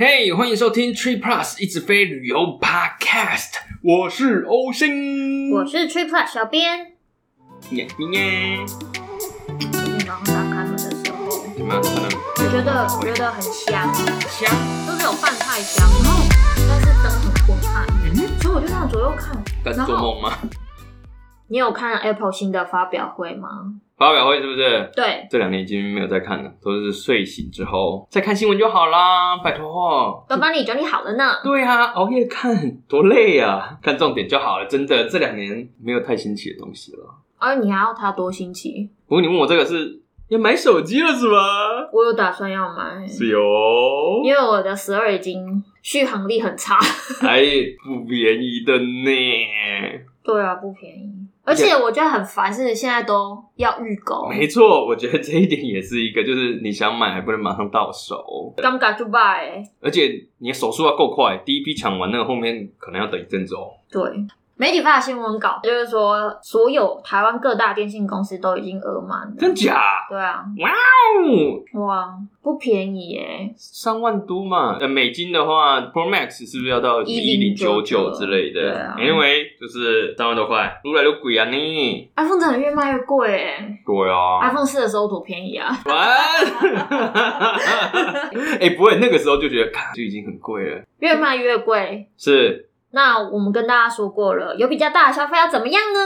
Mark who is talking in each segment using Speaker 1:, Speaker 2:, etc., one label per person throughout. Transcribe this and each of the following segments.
Speaker 1: 嘿欢迎收听 Tree Plus 一直飞旅游 Podcast，我是欧星，
Speaker 2: 我是 Trip Plus 小编。
Speaker 1: 耶耶，
Speaker 2: 昨天早上打开门的时候，
Speaker 1: 怎么样？真的
Speaker 2: 我觉得我觉得很香，
Speaker 1: 香？
Speaker 2: 就是有饭菜香，然后但是灯很昏暗，
Speaker 1: 嗯，
Speaker 2: 所以我就这样左右看。
Speaker 1: 在
Speaker 2: 然
Speaker 1: 做
Speaker 2: 后
Speaker 1: 梦吗？
Speaker 2: 你有看 Apple 新的发表会吗？
Speaker 1: 发表会是不是？
Speaker 2: 对，
Speaker 1: 这两年已经没有在看了，都是睡醒之后再看新闻就好啦，拜托。
Speaker 2: 都帮你整理好了呢。
Speaker 1: 对啊，熬夜看多累啊，看重点就好了。真的，这两年没有太新奇的东西了。
Speaker 2: 而你还要它多新奇，
Speaker 1: 不过你问我这个是要买手机了是吗？
Speaker 2: 我有打算要买，
Speaker 1: 是哟，
Speaker 2: 因为我的十二已经续航力很差。
Speaker 1: 还哎不便宜的呢。
Speaker 2: 对啊，不便宜，
Speaker 1: 而
Speaker 2: 而
Speaker 1: 且
Speaker 2: 且我觉得很烦，是现在都要预 购，
Speaker 1: 没错，我觉得这一点也是一个，就是你想买还不能马上到手，
Speaker 2: 尴尬就 buy。
Speaker 1: 而且你手速要够快，第一批抢完，那个后面可能要等一阵子哦。
Speaker 2: 对，媒体发的新闻稿就是说，所有台湾各大电信公司都已经额满了。
Speaker 1: 真假？
Speaker 2: 对啊，
Speaker 1: 哦，
Speaker 2: 哇，不便宜耶！
Speaker 1: 三万多嘛，呃，美金的话，Pro Max 是不是要到一零九九
Speaker 2: 1099
Speaker 1: 之类的？
Speaker 2: 对啊
Speaker 1: 因为就是三万多块，撸来撸鬼啊你。
Speaker 2: iPhone 真的越卖越贵耶
Speaker 1: 对啊，
Speaker 2: ，iPhone 四的时候多便宜啊！
Speaker 1: 完。哎，不会，那个时候就觉得，看就已经很贵了，
Speaker 2: 越卖越贵。
Speaker 1: 是
Speaker 2: 那我们跟大家说过了，有比较大的消费要怎么样呢？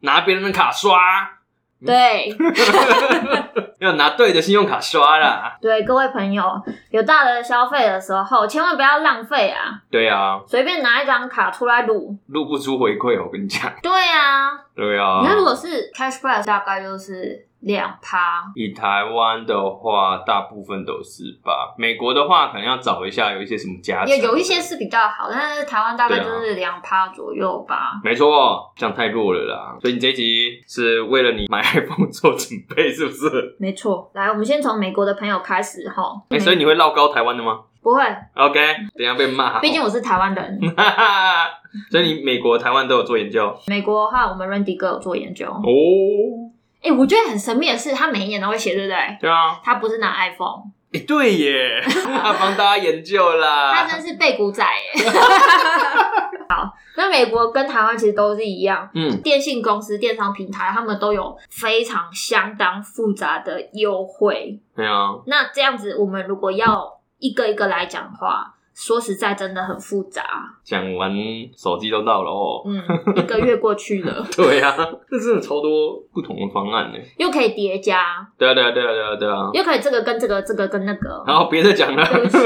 Speaker 1: 拿别人的卡刷。
Speaker 2: 对
Speaker 1: 要拿对的信用卡刷啦。
Speaker 2: 对，各位朋友，有大的消费的时候，千万不要浪费啊！
Speaker 1: 对啊，
Speaker 2: 随便拿一张卡出来撸。
Speaker 1: 录不出回馈，我跟你讲。
Speaker 2: 对啊，
Speaker 1: 对啊
Speaker 2: 你，看如果是 cash price，大概就是两趴，
Speaker 1: 以台湾的话，大部分都是吧。美国的话，可能要找一下有一些什么加成，
Speaker 2: 也有一些。是比较好，但是台湾大概就是
Speaker 1: 啊
Speaker 2: 两趴左右吧。
Speaker 1: 没错，这样太弱了啦。所以你这一集是为了你买 iPhone 做准备，是不是？
Speaker 2: 没错，来，我们先从美国的朋友开始哈。
Speaker 1: 哎、所以你啊会绕高台湾的吗
Speaker 2: 不会，
Speaker 1: ？OK，等一下被骂。
Speaker 2: 毕竟我是台湾人。
Speaker 1: 哈哈， 所以你美国、台湾都有做研究哦。
Speaker 2: 美国的话，我们 Randy 哥有做研究。哎、我觉得很神秘的是，他每一年都会写，对不对？
Speaker 1: 对啊，
Speaker 2: 他不是拿 iPhone，
Speaker 1: 哎、对 耶，他帮大家研究
Speaker 2: 他
Speaker 1: 啦。
Speaker 2: 真是背古 仔耶。好，那美国跟台湾其实都是一样，
Speaker 1: 嗯，
Speaker 2: 电信公司、电商平台他们都有非常相当复杂的优惠。
Speaker 1: 对啊，
Speaker 2: 那这样子，我们如果要一个一个来讲的话，说实在真的很复杂。
Speaker 1: 讲完手机都到了哦。
Speaker 2: 嗯，一个月过去了，
Speaker 1: 对呀、啊，这真的超多不同的方案呢。欸
Speaker 2: 又可以叠加，
Speaker 1: 对啊，对啊，对啊，对啊，对啊。
Speaker 2: 又可以这个跟这个，这个跟那个。
Speaker 1: 然后别再讲了。
Speaker 2: 对 不起。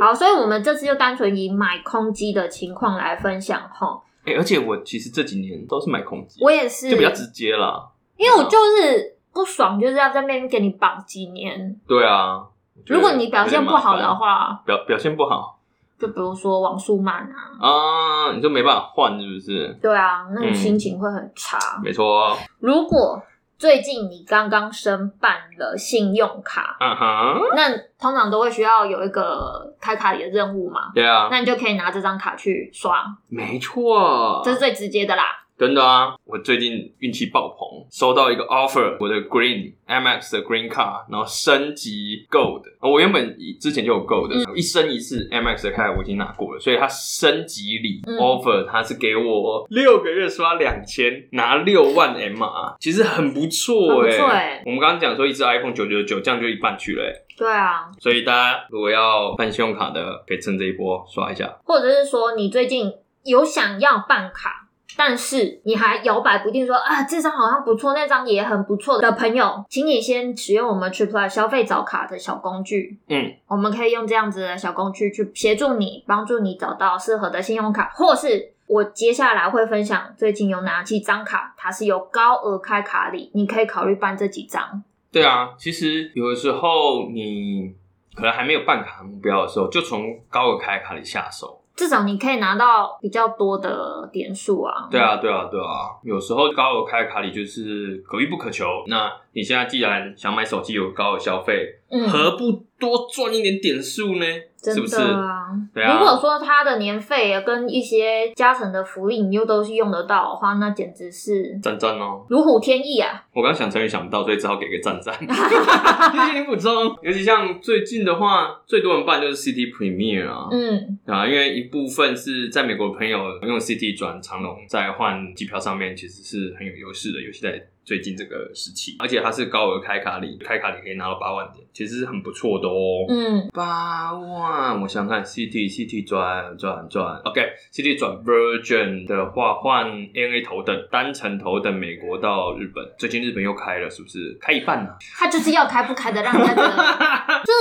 Speaker 2: 好，所以我们这次就单纯以买空机的情况来分享哈。
Speaker 1: 哎、而且我其实这几年都是买空机，
Speaker 2: 我也是，
Speaker 1: 就比较直啊接啦。
Speaker 2: 因为我就是不爽，就是要在那边给你绑几年。
Speaker 1: 对啊，我觉得
Speaker 2: 如果你表现不好的
Speaker 1: 有点麻烦，
Speaker 2: 话，
Speaker 1: 表表现不好
Speaker 2: 就比如说网速慢啊，
Speaker 1: 啊，你就没办法换，是不是？
Speaker 2: 对啊，那
Speaker 1: 嗯
Speaker 2: 种心情会很差。
Speaker 1: 没错，
Speaker 2: 如果最近你刚刚申办了信用卡，
Speaker 1: 嗯哼，
Speaker 2: 那通常都会需要有一个开卡里的任务嘛，
Speaker 1: 对啊，
Speaker 2: 那你就可以拿这张卡去刷，
Speaker 1: 没错，
Speaker 2: 这是最直接的啦。
Speaker 1: 真的啊！我最近运气爆棚，收到一个 offer，我的 Green MX 的 Green Card，然后升级 Gold。哦我原本以之前就有 Gold，、的，
Speaker 2: 嗯
Speaker 1: 一生一世 MX 的 Card 我已经拿过了，所以它升级礼、
Speaker 2: 嗯
Speaker 1: offer 它是给我六个月刷两千，拿六万 MR，其实很不错哎、
Speaker 2: 很不错欸
Speaker 1: 我们刚刚讲说一只 iPhone 九九九，这样就一半去了、欸，
Speaker 2: 对啊，
Speaker 1: 所以大家如果要办信用卡的，可以趁这一波刷一下。
Speaker 2: 或者是说你最近有想要办卡，但是你还摇摆不定说啊这张好像不错，那张也很不错的朋友，请你先使用我们 Triple 消费找卡的小工具，
Speaker 1: 嗯，
Speaker 2: 我们可以用这样子的小工具去协助你，帮助你找到适合的信用卡，或是我接下来会分享最近有哪几张卡，它是有高额开卡礼，你可以考虑办这几张。
Speaker 1: 对啊，其实有的时候你可能还没有办卡目标的时候，就从高额开卡里下手。
Speaker 2: 至少你可以拿到比较多的点数啊。
Speaker 1: 对啊，对啊，对啊，有时候高额开卡里就是可遇不可求。那你现在既然想买手机有高额消费，
Speaker 2: 嗯，
Speaker 1: 何不多赚一点点数呢？是
Speaker 2: 真
Speaker 1: 不是？
Speaker 2: 的啊。
Speaker 1: 对啊
Speaker 2: 如果说它的年费啊跟一些加成的福利你又都是用得到的话，那简 直是
Speaker 1: 赞赞哦！
Speaker 2: 如虎添翼啊！
Speaker 1: 我刚想成语想不到，所以只好给个赞 赞。谢谢你补充。尤其像最近的话，最多人办就是 CT Premier 啊，
Speaker 2: 嗯，
Speaker 1: 啊，因为一部分是在美国的朋友用 CT 转长龙，在换机票上面其实是很有优势的，尤其在最近这个时期，而且它是高额开卡礼，开卡礼可以拿到八万点，其实是很不错的哦。
Speaker 2: 嗯，
Speaker 1: 八万，我想看 CT CT 转转转，OK，CT 转 Virgin 的话换 ANA 头等单程头等美国到日本，最近日本又开了，是不是开一半呢、
Speaker 2: 它就是要开不开的，让人 家觉得真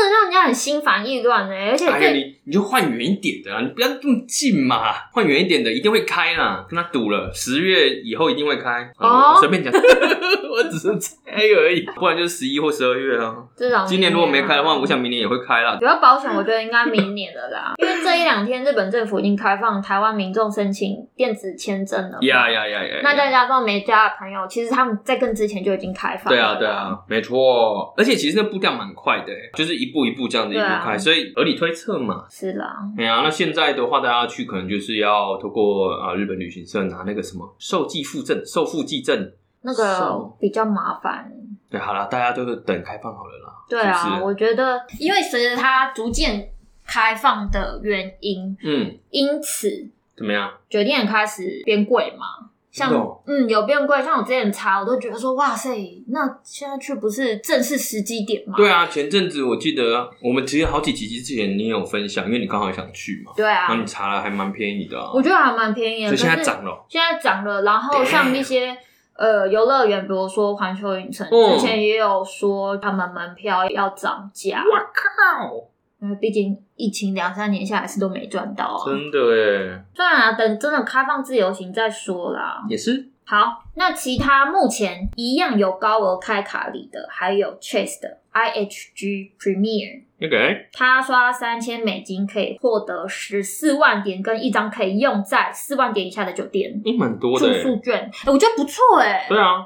Speaker 2: 的让人家很心烦意乱呢、而且
Speaker 1: 还有
Speaker 2: 最
Speaker 1: 哎你，你就换远一点的啊，你不要这么近嘛，换远一点的一定会开啦，跟他赌了，十月以后一定会开。啊
Speaker 2: 哦
Speaker 1: 我随 便讲，我只是猜而已，不然就是十一或十二月啊。
Speaker 2: 这种
Speaker 1: 今年如果没开的话，我想
Speaker 2: 想。
Speaker 1: 明年也会开啦。
Speaker 2: 主要保险，我觉得应该明年了啦，因为这一两天日本政府已经开放台湾民众申请电子签证了。
Speaker 1: 呀呀呀呀！
Speaker 2: 那再加上没加的朋友，其实他们在更之前就已经开放。
Speaker 1: 对啊，对。啊，没错。而且其实那步调蛮快的，欸就是一步一步这样子一步
Speaker 2: 对啊
Speaker 1: 开，所以合理推测嘛。
Speaker 2: 是啦，
Speaker 1: 对啊，那现在的话，大家去可能就是要透过啊、呃日本旅行社拿那个什么受寄附证、受附寄证。
Speaker 2: 那
Speaker 1: 是
Speaker 2: 个
Speaker 1: 哦
Speaker 2: 比较麻烦。
Speaker 1: 对，好啦，大家都是等开放好了啦。
Speaker 2: 对啊，
Speaker 1: 是不是
Speaker 2: 我觉得，因为随着它逐渐开放的原因，
Speaker 1: 嗯，
Speaker 2: 因此
Speaker 1: 怎么样？
Speaker 2: 酒店也开始变贵嘛。像
Speaker 1: 真的哦
Speaker 2: 嗯，有变贵，像我之前查，我都觉得说，哇塞，那现在去不是正是时机点吗？
Speaker 1: 对啊，前阵子我记得我们其实好几集之前你也有分享，因为你刚好想去嘛，
Speaker 2: 对
Speaker 1: 然
Speaker 2: 啊，
Speaker 1: 后你查了还蛮便宜的、啊，
Speaker 2: 我觉得还蛮便宜的。
Speaker 1: 所以现在
Speaker 2: 可是
Speaker 1: 涨了哦。
Speaker 2: 现在涨了，然后像一些呃游乐园，比如说环球影城，
Speaker 1: 嗯
Speaker 2: 之前也有说他们门票要涨价，
Speaker 1: 靠！
Speaker 2: 因为毕竟疫情两三年下来是都没赚到啊。
Speaker 1: 真的哎，
Speaker 2: 算了啦，啊等真的开放自由行再说啦。
Speaker 1: 也是
Speaker 2: 好，那其他目前一样有高额开卡礼的，还有 Chase 的 IHG Premier。
Speaker 1: 那个哎
Speaker 2: 他刷三千美金可以获得十四万点，跟一张可以用在四万点以下的酒店
Speaker 1: 也蛮多的
Speaker 2: 住
Speaker 1: 欸。
Speaker 2: 宿券，哎、我觉得不错哎、
Speaker 1: 对啊，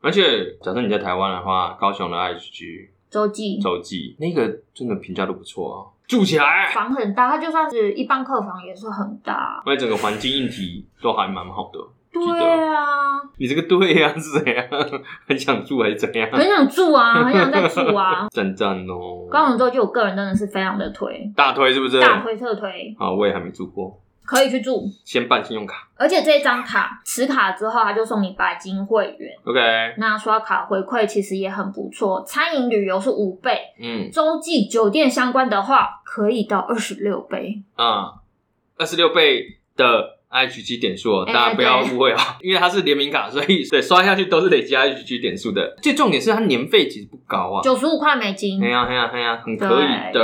Speaker 1: 而且假设你在台湾的话，高雄的 IHG
Speaker 2: 周记
Speaker 1: 洲际那个真的评价都不错啊，住起来，
Speaker 2: 房很大，它就算是一般客房也是很大。
Speaker 1: 而且整个环境硬体都还蛮好的。记
Speaker 2: 对
Speaker 1: 得
Speaker 2: 啊，
Speaker 1: 你这个对呀、是怎样？ 很想住还是怎样？
Speaker 2: 很想 住啊，很想再住啊。
Speaker 1: 赞赞哦！
Speaker 2: 高雄之后，就我个人真的是非常的推，
Speaker 1: 大推是不是？
Speaker 2: 大推特推，
Speaker 1: 啊，我也还没住过，
Speaker 2: 可以去住。
Speaker 1: 先办信用卡
Speaker 2: 而且这一张卡持卡之后，它就送你白金会员。
Speaker 1: ，OK，
Speaker 2: 那刷卡回馈其实也很不错，餐饮旅游是五倍，
Speaker 1: 嗯
Speaker 2: 洲际酒店相关的话可以到二十六倍。
Speaker 1: 啊，二十六倍的 IHG 点数、哦，
Speaker 2: 哎
Speaker 1: 大家不要
Speaker 2: 对
Speaker 1: 误会啊、 因为它是联名卡，所 以对刷下去都是累积 IHG 点数的。最重点是它年费其实不高啊，
Speaker 2: 九十五块美金
Speaker 1: 哎，呀哎呀哎呀，很可以的。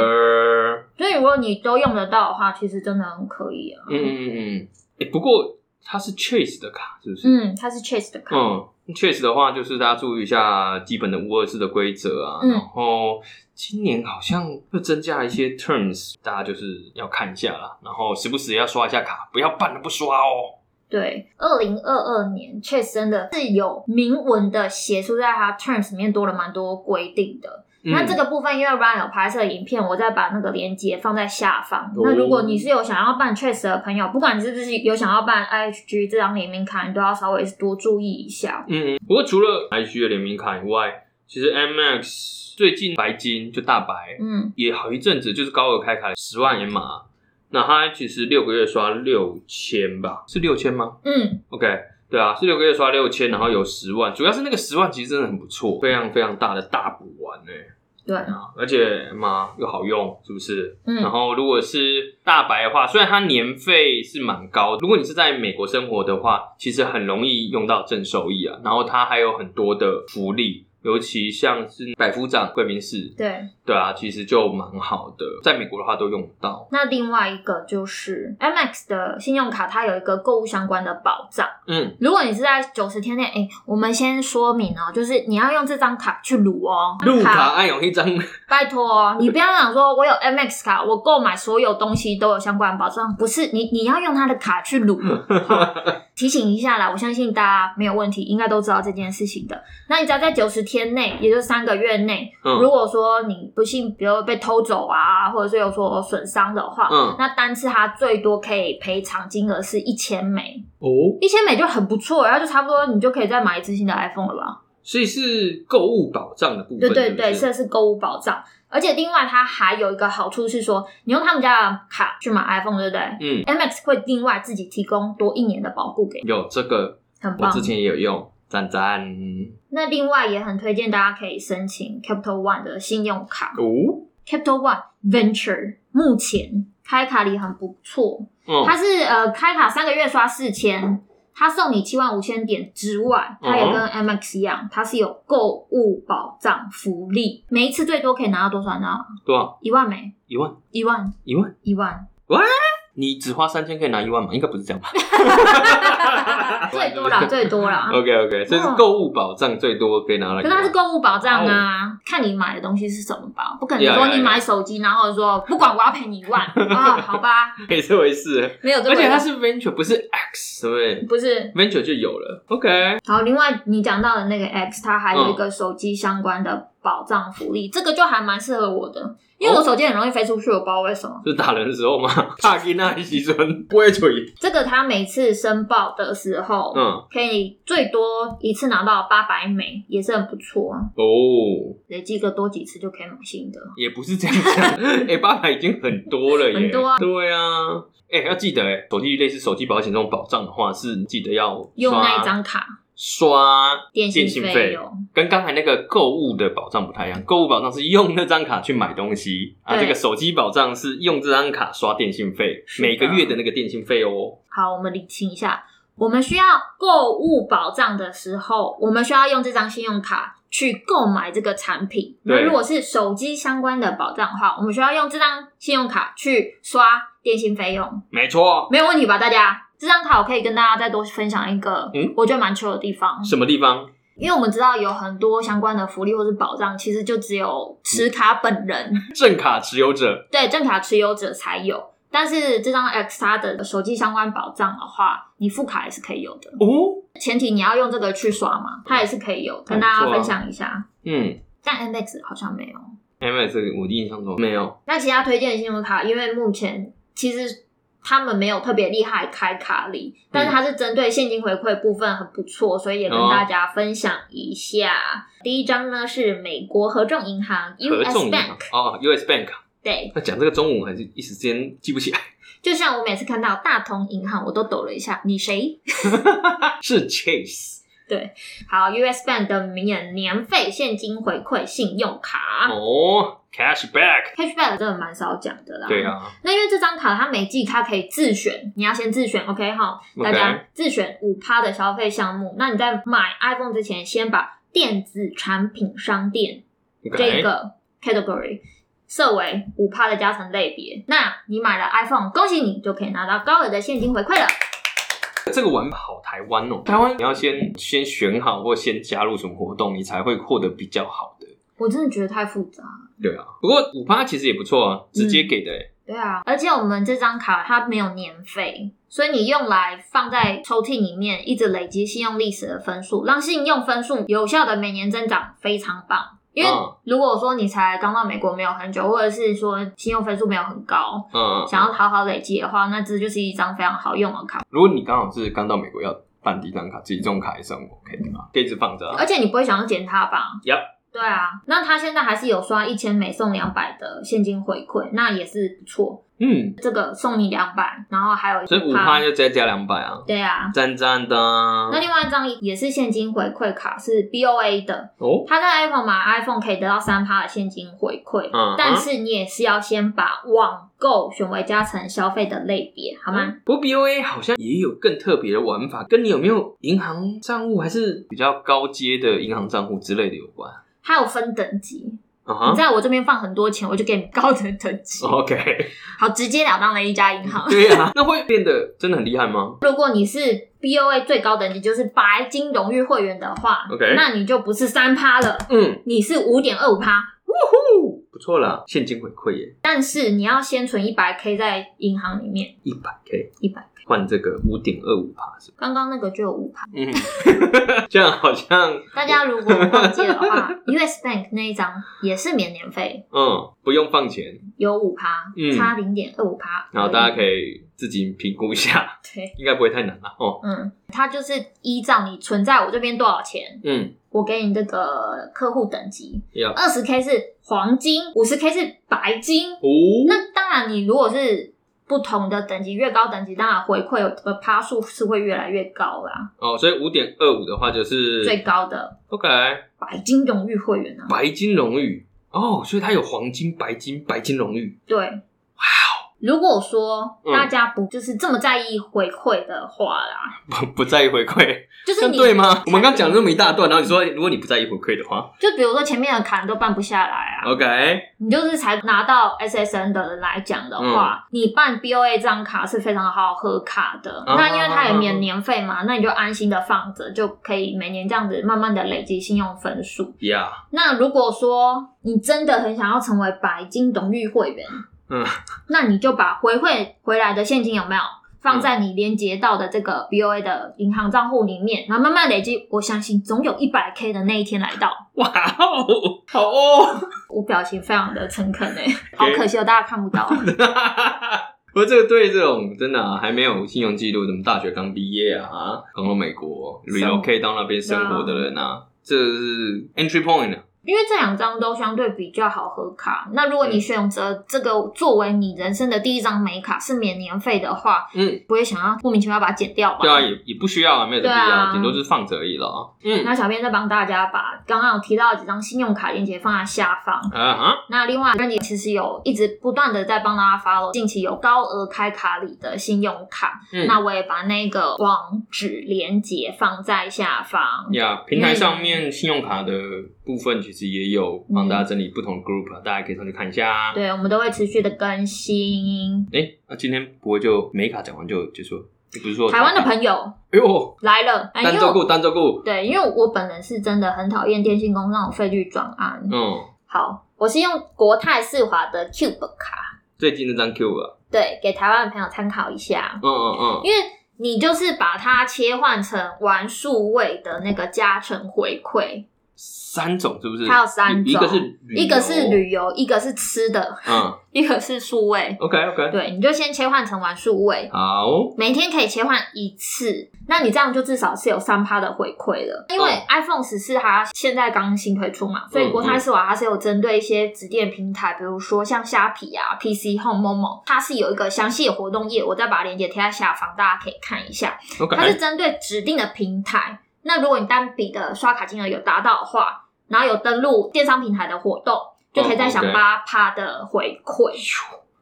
Speaker 2: 所以如果你都用得到的话，其实真的很可以啊。
Speaker 1: 嗯嗯嗯嗯、诶不过它是 Chase 的卡，是不是？
Speaker 2: 嗯，它是 Chase 的卡，
Speaker 1: 嗯，Chase 的话就是大家注意一下基本的五二四的规则啊，
Speaker 2: 嗯
Speaker 1: 然后今年好像会增加一些 terms，大家就是要看一下啦，然后时不时也要刷一下卡，不要办了不刷哦。
Speaker 2: 对，二零二二年确实真的是有明文的写出在它 terms 里面多了蛮多规定的。那这
Speaker 1: 个
Speaker 2: 个部分因为 Ryan 有拍摄影片，我再把那个链接放在下方。
Speaker 1: 哦
Speaker 2: 那如果你是有想要办 Chase 的朋友，不管你是不是有想要办 IHG 这张联名卡，你都要稍微多注意一下。
Speaker 1: 嗯，不过除了 IG 的联名卡以外，其实 MX 最近白金就大白，
Speaker 2: 嗯，
Speaker 1: 也好一阵子，就是高额开卡十万 M 码，那他其实六个月刷六千吧，是六千吗
Speaker 2: 嗯，
Speaker 1: ？OK，对啊，是六个月刷六千，然后有十万，主要是那个十万其实真的很不错，非常非常大的大补丸呢、
Speaker 2: 对，
Speaker 1: 啊，而且嘛又好用，是不是？然
Speaker 2: 嗯，
Speaker 1: 后如果是大白的话，虽然它年费是蛮高，如果你是在美国生活的话，其实很容易用到正收益啊，然后它还有很多的福利。尤其像是百夫长、贵宾室，
Speaker 2: 对。
Speaker 1: 对啊，其实就蛮好的，在美国的话都用得到。
Speaker 2: 那另外一个就是 MX 的信用卡，它有一个购物相关的保障。
Speaker 1: 嗯，
Speaker 2: 如果你是在九十天内，哎、我们先说明哦，就是你要用这张卡去撸哦，
Speaker 1: 路卡按有一张，
Speaker 2: 拜托哦，你不要想说我有 MX 卡，我购买所有东西都有相关保障，不是你你要用他的卡去撸。
Speaker 1: 嗯
Speaker 2: 好提醒一下啦，我相信大家没有问题，应该都知道这件事情的。那你只要在九十天内，也就是三个月内，
Speaker 1: 嗯
Speaker 2: 如果说你不幸比如被偷走啊，或者是有所损伤的话，
Speaker 1: 嗯
Speaker 2: 那单次它最多可以赔偿金额是一千美，
Speaker 1: 哦，
Speaker 2: 一千美就很不错，然后就差不多你就可以再买一次新的 iPhone 了吧。
Speaker 1: 所以是购物保障的部分，
Speaker 2: 对对
Speaker 1: 是不
Speaker 2: 对，
Speaker 1: 是
Speaker 2: 这是购物保障。而且另外，它还有一个好处是说，你用他们家的卡去买 iPhone，对不对？
Speaker 1: 嗯
Speaker 2: ，MX 会另外自己提供多一年的保固给你，
Speaker 1: 有这个，
Speaker 2: 很
Speaker 1: 我
Speaker 2: 棒
Speaker 1: 之。前也有用，赞赞
Speaker 2: 那另外也很推荐大家可以申请 Capital One 的信用卡
Speaker 1: 哦，
Speaker 2: ，Capital One Venture 目前开卡礼很不错，
Speaker 1: 嗯
Speaker 2: 它是呃开卡三个月刷四千。它送你七万五千点之
Speaker 1: 嗯
Speaker 2: 外，它也跟 MX 一样，它是有购物保障福利，每一次最多可以拿到多少呢？
Speaker 1: 多少？
Speaker 2: 一万美。
Speaker 1: 啊一万？
Speaker 2: 一万
Speaker 1: 一万？
Speaker 2: 一 万，？
Speaker 1: 你只花三千可以拿一万吗？应该不是这样吧
Speaker 2: 最多啦，最多 啦。
Speaker 1: OK OK，这是购物保障最多可以拿
Speaker 2: 可
Speaker 1: 来
Speaker 2: 是
Speaker 1: 干
Speaker 2: 啊哦
Speaker 1: 嘛。
Speaker 2: 它是购物保障
Speaker 1: 哦
Speaker 2: 啊，看你买的东西是什么吧，不可能
Speaker 1: Yeah,
Speaker 2: 说
Speaker 1: yeah,
Speaker 2: 你买手机，然后说不管我要赔你一 万啊，好吧，
Speaker 1: 没这回事，
Speaker 2: 没有这
Speaker 1: 而
Speaker 2: 回
Speaker 1: 且它
Speaker 2: 事，
Speaker 1: 是 venture 不是 X，对不对
Speaker 2: 不是。
Speaker 1: ？venture 就有了，OK，
Speaker 2: 好，另外你讲到的那个 X，它还
Speaker 1: 嗯
Speaker 2: 有一个手机相关的保障福利，这个就还蛮适合我的，因
Speaker 1: 哦
Speaker 2: 为我手机很容易飞出去，我不知道为什么。
Speaker 1: 是打人的时候嘛， 怕给那一起准不会嘴，
Speaker 2: 这个它每次申报的时候，
Speaker 1: 嗯，
Speaker 2: 可以最多一次拿到八百美，也是很不错啊。
Speaker 1: 哦，
Speaker 2: 累积个多几次就可以买新的。
Speaker 1: 也不是这样讲，哎，八百已经很多了耶，
Speaker 2: 很多啊
Speaker 1: 对啊，哎，要记得哎，手机类似手机保险这种保障的话，是记得要刷
Speaker 2: 用那一张卡，
Speaker 1: 刷
Speaker 2: 电信
Speaker 1: 信
Speaker 2: 费
Speaker 1: 费。
Speaker 2: 用。
Speaker 1: 跟刚才那个购物的保障不太一样，购物保障是用那张卡去买东西啊，
Speaker 2: 对
Speaker 1: 这个手机保障是用这张卡刷电信费，
Speaker 2: 是的
Speaker 1: 每个月的那个电信费哦。
Speaker 2: 好，我们理清一下，我们需要购物保障的时候，我们需要用这张信用卡去购买这个产品。那
Speaker 1: 对
Speaker 2: 如果是手机相关的保障的话，我们需要用这张信用卡去刷电信费用，
Speaker 1: 没错，
Speaker 2: 没有问题吧？大家，这张卡我可以跟大家再多分享一个，
Speaker 1: 嗯
Speaker 2: 我觉得蛮糗的地方，
Speaker 1: 什么地方？
Speaker 2: 因为我们知道有很多相关的福利或是保障，其实就只有持卡本人。
Speaker 1: 正卡持有者
Speaker 2: 对正卡持有者才有。但是这张 X 它的手机相关保障的话，你副卡也是可以有的，
Speaker 1: 哦，
Speaker 2: 前提你要用这个去刷嘛，它也是可以有。跟大
Speaker 1: 啊
Speaker 2: 家分享一下，
Speaker 1: 嗯哎
Speaker 2: 但 MX 好像没有。
Speaker 1: ，M S 我印象中没有，
Speaker 2: 那其他推荐的信用卡，因为目前其实他们没有特别厉害开卡礼，但是它是针对现金回馈部分很不错，所以也跟
Speaker 1: 嗯哦
Speaker 2: 大家分享一下。第一张呢是美国合众银行
Speaker 1: 合
Speaker 2: US
Speaker 1: 众银行
Speaker 2: Bank，
Speaker 1: 哦，U S Bank，
Speaker 2: 对，
Speaker 1: 那讲这个中文还是一时间记不起来，
Speaker 2: 就像我每次看到大同银行，我都抖了一下，你谁？
Speaker 1: 是 Chase
Speaker 2: 好，US Bank 的名人年费现金回馈信用卡、
Speaker 1: 哦，Cashback，
Speaker 2: c a s h b a c k 真的蛮少讲的啦。
Speaker 1: 对。啊，
Speaker 2: 那因为这张卡它每季它可以自选，你要先自选，OK 哈
Speaker 1: OK
Speaker 2: 大家自选五趴的消费项目。那你在买 iPhone 之前，先把电子产品商店这
Speaker 1: OK，
Speaker 2: 个 category 设为五趴的加成类别。那你买了 iPhone，恭喜你就可以拿到高额的现金回馈了。
Speaker 1: 这个玩法好台湾哦，台湾你要先先选好或先加入什么活动，你才会获得比较好的。
Speaker 2: 我真的觉得太复杂了。
Speaker 1: 对啊，不过五趴其实也不错
Speaker 2: 嗯
Speaker 1: 啊，直接给的、欸
Speaker 2: 对啊，而且我们这张卡它没有年费，所以你用来放在抽屉里面，一直累积信用历史的分数，让信用分数有效的每年增长，非常棒。因为
Speaker 1: 嗯
Speaker 2: 如果说你才刚到美国没有很久，或者是说信用分数没有很高，
Speaker 1: 嗯，
Speaker 2: 想要好好累积的话，那这就是一张非常好用的卡，
Speaker 1: 如果你刚好是刚到美国要办第一张卡，自己这种卡也是很 OK 的嘛，可以一直放着、啊。
Speaker 2: 而且你不会想要剪它吧
Speaker 1: Yep
Speaker 2: 对啊，那它现在还是有刷一千美送两百的现金回馈，那也是不错。
Speaker 1: 嗯，
Speaker 2: 这个送你两百，然后还有
Speaker 1: 所以五趴就直接加两百啊，
Speaker 2: 对啊，
Speaker 1: 赞赞的啊
Speaker 2: 那另外一张也是现金回馈卡，是 BOA 的，
Speaker 1: 哦。
Speaker 2: 它在 iPhone 买 iPhone 可以得到三趴的现金回馈，
Speaker 1: 嗯
Speaker 2: 但是你也是要先把网购选为加成消费的类别，好吗？
Speaker 1: 不过 BOA 好像也有更特别的玩法，跟你有没有银行账户还是比较高阶的银行账户之类的有关。
Speaker 2: 它有分等级，
Speaker 1: 啊哦
Speaker 2: 你
Speaker 1: 哈
Speaker 2: 在我这边放很多钱，我就给你高的等级，
Speaker 1: ，OK，
Speaker 2: 好直截了当的一家银行。
Speaker 1: 对啊，那会变得真的很厉害吗？
Speaker 2: 如果你是 BOA 最高等级，就是白金荣誉会员的话
Speaker 1: OK
Speaker 2: 那你就不是三趴了，
Speaker 1: 嗯，
Speaker 2: 你是五点二五趴。
Speaker 1: 哦，不错啦，现金回馈耶，
Speaker 2: 但是你要先存一百 K 在银行里面，
Speaker 1: 一百 K，
Speaker 2: 一百 K
Speaker 1: 换这个五点二五帕是吧？
Speaker 2: 刚刚那个就有五趴，
Speaker 1: 嗯， 这样好像
Speaker 2: 大家如果忘记的话 ，US Bank 那一张也是免年费，
Speaker 1: 嗯不用放钱，
Speaker 2: 有五趴
Speaker 1: 嗯，
Speaker 2: 差零点二五趴。
Speaker 1: 然后大家可以自己评估一下，
Speaker 2: 对，
Speaker 1: 应该不会太难了哦。
Speaker 2: 嗯，它就是依照你存在我这边多少钱，
Speaker 1: 嗯，
Speaker 2: 我给你这个客户等级，
Speaker 1: 要
Speaker 2: 二十 K 是黄金，五十 K 是白金。
Speaker 1: 哦，
Speaker 2: 那当然，你如果是不同的等级，越高等级，当然回馈的趴数是会越来越高啦。
Speaker 1: 哦，所以五点二五的话就是
Speaker 2: 最高的
Speaker 1: OK
Speaker 2: 白金荣誉会员啊，
Speaker 1: 白金荣誉哦，所以它有黄金、白金、白金荣誉。
Speaker 2: 对，哇哦！如果说
Speaker 1: 嗯
Speaker 2: 大家不就是这么在意回馈的话啦，
Speaker 1: 不不在意回馈，
Speaker 2: 就是
Speaker 1: 这
Speaker 2: 你
Speaker 1: 对吗？我们刚讲了这么一大段，然后你说如果你不在意回馈的话
Speaker 2: 就比如说前面的卡你都办不下来啊，
Speaker 1: ，OK，
Speaker 2: 你就是才拿到 SSN 的人来讲的
Speaker 1: 嗯
Speaker 2: 话，你办 BOA 这张卡是非常好喝卡的。
Speaker 1: 啊
Speaker 2: 那因为它也免年费嘛，那你就安心的放着，就可以每年这样子慢慢的累积信用分数。
Speaker 1: 呀、
Speaker 2: 那如果说你真的很想要成为白金荣誉会员，
Speaker 1: 嗯，
Speaker 2: 那你就把回馈回来的现金有没有
Speaker 1: 嗯
Speaker 2: 放在你连接到的这个 BOA 的银行账户里面，然后慢慢累积，我相信总有一百 K 的那一天来到。
Speaker 1: 哇哦，好哦，
Speaker 2: 我表情非常的诚恳哎、好可惜哦，大家看不到。
Speaker 1: 不过这个对这种真的、啊、还没有信用记录，什么大学刚毕业啊，刚到美国
Speaker 2: 生活
Speaker 1: relocate 到那边生活的人啊，这是 entry point 啊。
Speaker 2: 因为这两张都相对比较好核卡，那如果
Speaker 1: 嗯
Speaker 2: 你选择这个作为你人生的第一张美卡是免年费的话，
Speaker 1: 嗯，
Speaker 2: 不会想要莫名其妙把它剪掉吧？
Speaker 1: 对啊，也也不需要啊，没有这个必
Speaker 2: 对
Speaker 1: 要，
Speaker 2: 啊
Speaker 1: 顶、多就是放着而已了啊。嗯，
Speaker 2: 那小编再帮大家把刚刚有提到的几张信用卡链接放在下方。
Speaker 1: 啊哈，
Speaker 2: 那另外，任姐其实有一直不断的在帮大家 follow 近期有高额开卡里的信用卡，
Speaker 1: 嗯，
Speaker 2: 那我也把那个网址连接放在下方。
Speaker 1: 呀平台上面信用卡的部分其实也有帮大家整理不同的 group，、啊，大家可以上去看一下啊。
Speaker 2: 对，我们都会持续的更新。
Speaker 1: 哎、那、今天不会就美卡讲完就结束了？不是说
Speaker 2: 台湾的朋友
Speaker 1: 哎呦，
Speaker 2: 来了，哎
Speaker 1: 单
Speaker 2: 因为
Speaker 1: 周
Speaker 2: 我
Speaker 1: 顾，单周顾，
Speaker 2: 对，因为我本人是真的很讨厌电信公司那种费率转案。
Speaker 1: 嗯，
Speaker 2: 好，我是用国泰世华的 Cube 卡，
Speaker 1: 最近那张 Q 啊，
Speaker 2: 对，给台湾的朋友参考一下。
Speaker 1: 嗯嗯嗯，
Speaker 2: 因为你就是把它切换成玩数位的那个加成回馈，
Speaker 1: 三种是不是？
Speaker 2: 它有三种
Speaker 1: 一个是旅游
Speaker 2: 一个是，旅游，一个是吃的，
Speaker 1: 嗯
Speaker 2: 一个是数位。
Speaker 1: ，OK OK，
Speaker 2: 对，你就先切换成玩数位，
Speaker 1: 好，
Speaker 2: 每天可以切换一次，那你这样就至少是有三趴的回馈了。因为
Speaker 1: 嗯
Speaker 2: iPhone 十四它现在刚新推出嘛，所
Speaker 1: 嗯
Speaker 2: 以国泰世华它是有针对一些指定平台，比如说像虾皮啊、PC Home、Momo，它是有一个详细的活动页，我再把链接贴在下方，大家可以看一下。
Speaker 1: ，OK，哎
Speaker 2: 它是针对指定的平台。那如果你单笔的刷卡金额有达到的话，然后有登录电商平台的活动，就可以再
Speaker 1: 哦
Speaker 2: 享
Speaker 1: ，OK
Speaker 2: 八趴的回馈。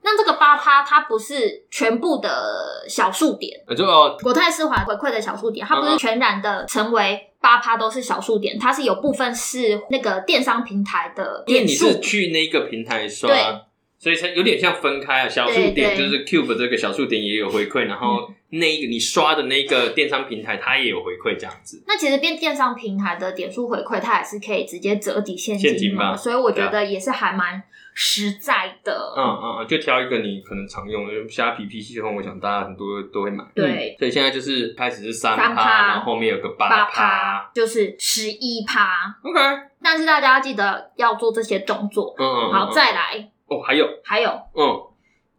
Speaker 2: 那这个八趴它不是全部的小数点，
Speaker 1: 呃就哦
Speaker 2: 国泰世华回馈的小数点，它不
Speaker 1: 嗯
Speaker 2: 是
Speaker 1: 嗯
Speaker 2: 全然的成为八趴都是小数点，它是有部分是那个电商平台的
Speaker 1: 因为
Speaker 2: 点
Speaker 1: 你
Speaker 2: 数。
Speaker 1: 是去那个平台
Speaker 2: 对
Speaker 1: 刷，所以才有点像分开啊。小数点
Speaker 2: 对对嗯
Speaker 1: 就是 Cube 这个小数点也有回馈，然后那一个你刷的那个电商平台它也有回馈这样子。
Speaker 2: 那其实变电商平台的点数回馈，它也是可以直接折抵现
Speaker 1: 现金
Speaker 2: 金
Speaker 1: 吧
Speaker 2: 嘛，所以我
Speaker 1: 对
Speaker 2: 觉
Speaker 1: 啊
Speaker 2: 得也是还蛮实在的。
Speaker 1: 嗯嗯嗯，就挑一个你可能常用的，虾皮、PC 后，我想大家很多都会买。
Speaker 2: 对
Speaker 1: 嗯所以现在就是开始是三
Speaker 2: 三
Speaker 1: 趴，
Speaker 2: 趴
Speaker 1: 然后后面有个
Speaker 2: 八
Speaker 1: 趴。
Speaker 2: 趴，就是十一趴。
Speaker 1: OK，嗯
Speaker 2: 但是大家要记得要做这些动作。
Speaker 1: 嗯嗯，
Speaker 2: 好，
Speaker 1: 嗯
Speaker 2: 再来，
Speaker 1: 哦，还有，
Speaker 2: 还有
Speaker 1: 嗯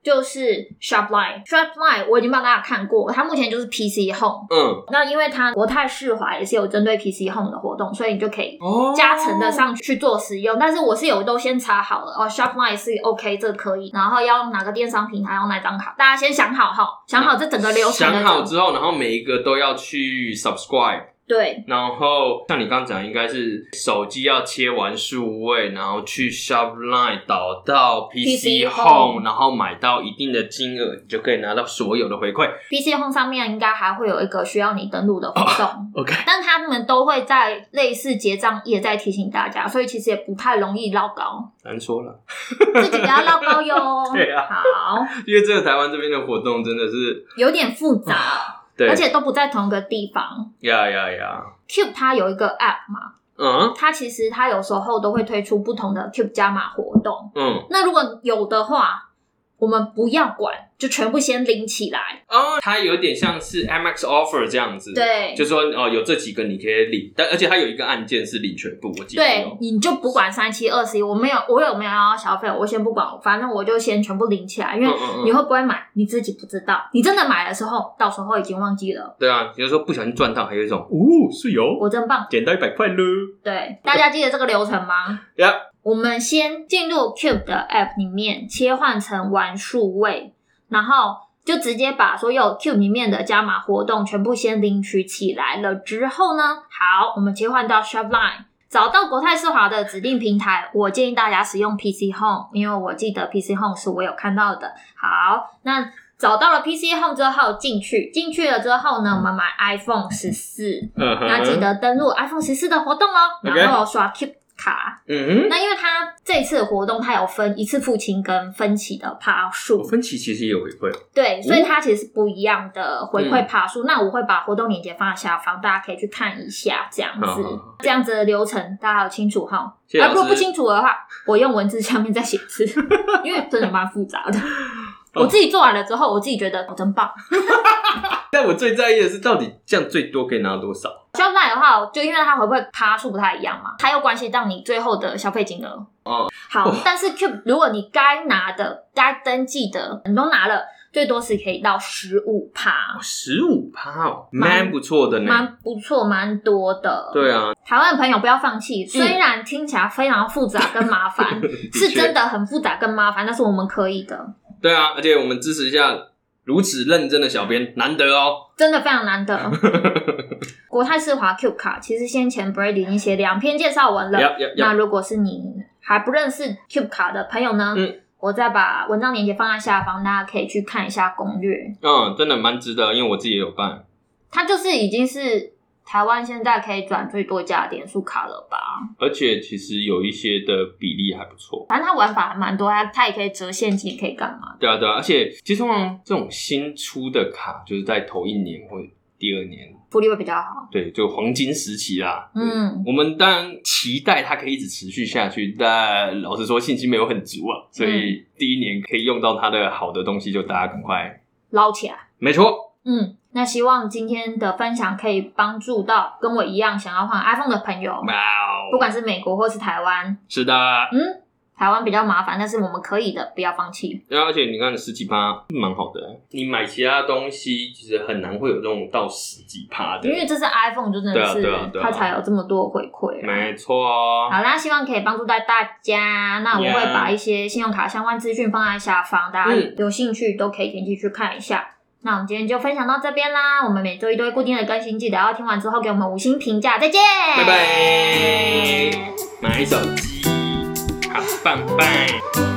Speaker 2: 就是 Shopline，Shopline 我已经帮大家看过，它目前就是 PC Home。
Speaker 1: 嗯，
Speaker 2: 那因为它国泰世华也是有针对 PC Home 的活动，所以你就可以
Speaker 1: 哦，
Speaker 2: 加成的上去做使用。但是我是有都先查好了哦，Shopline 是 OK，这个可以。然后要用哪个电商平台，用哪张卡，大家先想好哈，想好这整个流程的
Speaker 1: 想好
Speaker 2: 整。
Speaker 1: 之后，然后每一个都要去 subscribe。
Speaker 2: 对，
Speaker 1: 然后像你刚讲，应该是手机要切完数位，然后去 Shopline 导到 PC
Speaker 2: PC
Speaker 1: Home，
Speaker 2: Home
Speaker 1: 然后买到一定的金额，你就可以拿到所有的回馈。
Speaker 2: PC Home 上面应该还会有一个需要你登录的活动。
Speaker 1: OK，
Speaker 2: 但他们都会在类似结账页在提醒大家，所以其实也不太容易捞高，
Speaker 1: 难说了，。
Speaker 2: 自己不要捞高哟
Speaker 1: 对啊
Speaker 2: 好，
Speaker 1: 因为这个台湾这边的活动真的是，
Speaker 2: 有点复杂，
Speaker 1: 对，
Speaker 2: 而且都不在同一个地方。
Speaker 1: 呀呀呀，
Speaker 2: Cube 它有一个 App 嘛，
Speaker 1: 嗯
Speaker 2: 它其实它有时候都会推出不同的 Cube 加码活动。
Speaker 1: 嗯
Speaker 2: 那如果有的话，我们不要管，就全部先领起来。
Speaker 1: 哦，它有点像是 MX Offer 这样子，，
Speaker 2: 对，
Speaker 1: 就说哦有这几个你可以领，但而且它有一个按键是领全部，我记得
Speaker 2: 对
Speaker 1: 有，
Speaker 2: 你就不管三七二十一，我没有，我有没有要消费，我先不管，反正我就先全部领起来，因为
Speaker 1: 嗯嗯嗯
Speaker 2: 你会不会买，你自己不知道。你真的买的时候，到时候已经忘记了。
Speaker 1: 对啊，有时候不小心赚到，还有一种哦是有
Speaker 2: 我真棒！
Speaker 1: 捡到一百块喽，
Speaker 2: 对，大家记得这个流程吗？
Speaker 1: 呀、
Speaker 2: 我们先进入 Cube 的 App 里面，切换成玩数位，然后就直接把所有 Cube 里面的加码活动全部先领取起来了。之后呢，好，我们切换到 Shopline。找到国泰世华的指定平台，我建议大家使用 PC Home，因为我记得 PC Home 是我有看到的。好，那找到了 PC Home 之后进去，进去了之后呢，我们买 iPhone 十四，
Speaker 1: 嗯 哼，
Speaker 2: 那记得登录 iPhone 十四的活动哦，然
Speaker 1: OK
Speaker 2: 后刷 Cube 卡。
Speaker 1: 嗯
Speaker 2: 那因为它这次的活动，它有分一次付清跟分期的趴
Speaker 1: 哼，
Speaker 2: 数，
Speaker 1: 分歧其实也有回
Speaker 2: 啊
Speaker 1: 馈，
Speaker 2: 对，所以它其实是不一样的回
Speaker 1: 嗯
Speaker 2: 馈趴数。那我会把活动链接放在下方，大家可以去看一下，这样
Speaker 1: 好
Speaker 2: 子
Speaker 1: 好好，
Speaker 2: 这样子的流程大家有清楚哈？
Speaker 1: 谢谢
Speaker 2: 啊，
Speaker 1: 老
Speaker 2: 如
Speaker 1: 师
Speaker 2: 果不清楚的话，我用文字下面再写一次，因为真的蛮复杂的。我自己做完了之后，我自己觉得我真棒。
Speaker 1: 但我最在意的是到底这样最多可以拿多少
Speaker 2: s h o p 的话，就因为它回馈趴数不太一样嘛，它又关系到你最后的消费金额。哦，好
Speaker 1: 哇，
Speaker 2: 但是 Cube 如果你该拿的、该登记的你都拿了，最多是可以到十五趴，
Speaker 1: 十五趴哦，
Speaker 2: 蛮
Speaker 1: 蛮不错的呢。
Speaker 2: 蛮不错，蛮多的。
Speaker 1: 对啊，
Speaker 2: 台湾的朋友不要放弃，虽然听起来非常复杂跟麻 烦，是真的很复杂跟麻烦，但是我们可以的，
Speaker 1: 对啊，而且我们支持一下如此认真的小编，难得哦。
Speaker 2: 真的非常难得。国泰世华 Cube 卡其实先前 Brady 已经写两篇介绍文了。
Speaker 1: 要要
Speaker 2: 那
Speaker 1: 要，
Speaker 2: 如果是你还不认识 Cube 卡的朋友呢，
Speaker 1: 嗯
Speaker 2: 我再把文章链接放在下方，大家可以去看一下攻略。
Speaker 1: 嗯，真的蛮值得，因为我自己也有办。
Speaker 2: 它就是已经是台湾现在可以转最多家的点数卡了吧？
Speaker 1: 而且其实有一些的比例还不错，
Speaker 2: 反正它玩法还蛮多，它它也可以折现金，也可以干嘛？
Speaker 1: 对啊对啊，而且其实通常这种新出的卡，就是在头一年或第二年，
Speaker 2: 福利会比较好。
Speaker 1: 对，就黄金时期啦。，
Speaker 2: 嗯，
Speaker 1: 我们当然期待它可以一直持续下去，但老实说信心没有很足啊，所
Speaker 2: 嗯
Speaker 1: 以第一年可以用到它的好的东西，就大家赶快。
Speaker 2: 捞起来。
Speaker 1: 没错，
Speaker 2: 嗯，那希望今天的分享可以帮助到跟我一样想要换 iPhone 的朋友，
Speaker 1: 哇哦，
Speaker 2: 不管是美国或是台湾，
Speaker 1: 是的，嗯
Speaker 2: 台湾比较麻烦，但是我们可以的，不要放弃。
Speaker 1: 对啊而且你看十几趴蛮好的欸，你买其他东西其实很难会有这种到十几趴的
Speaker 2: 因，为这是 iPhone，就真
Speaker 1: 对
Speaker 2: 的
Speaker 1: 啊
Speaker 2: 是、
Speaker 1: 对啊对啊
Speaker 2: 它才有这么多回馈啦。
Speaker 1: 没错哦。
Speaker 2: 好啦，希望可以帮助到大家。那我会
Speaker 1: Yeah
Speaker 2: 把一些信用卡相关资讯放在下方，大家
Speaker 1: 嗯
Speaker 2: 有兴趣都可以点进去看一下。那我们今天就分享到这边啦，我们每周一都会固定的更新，记得要听完之后给我们五星评价。再见，
Speaker 1: 拜拜，买手机，好棒棒。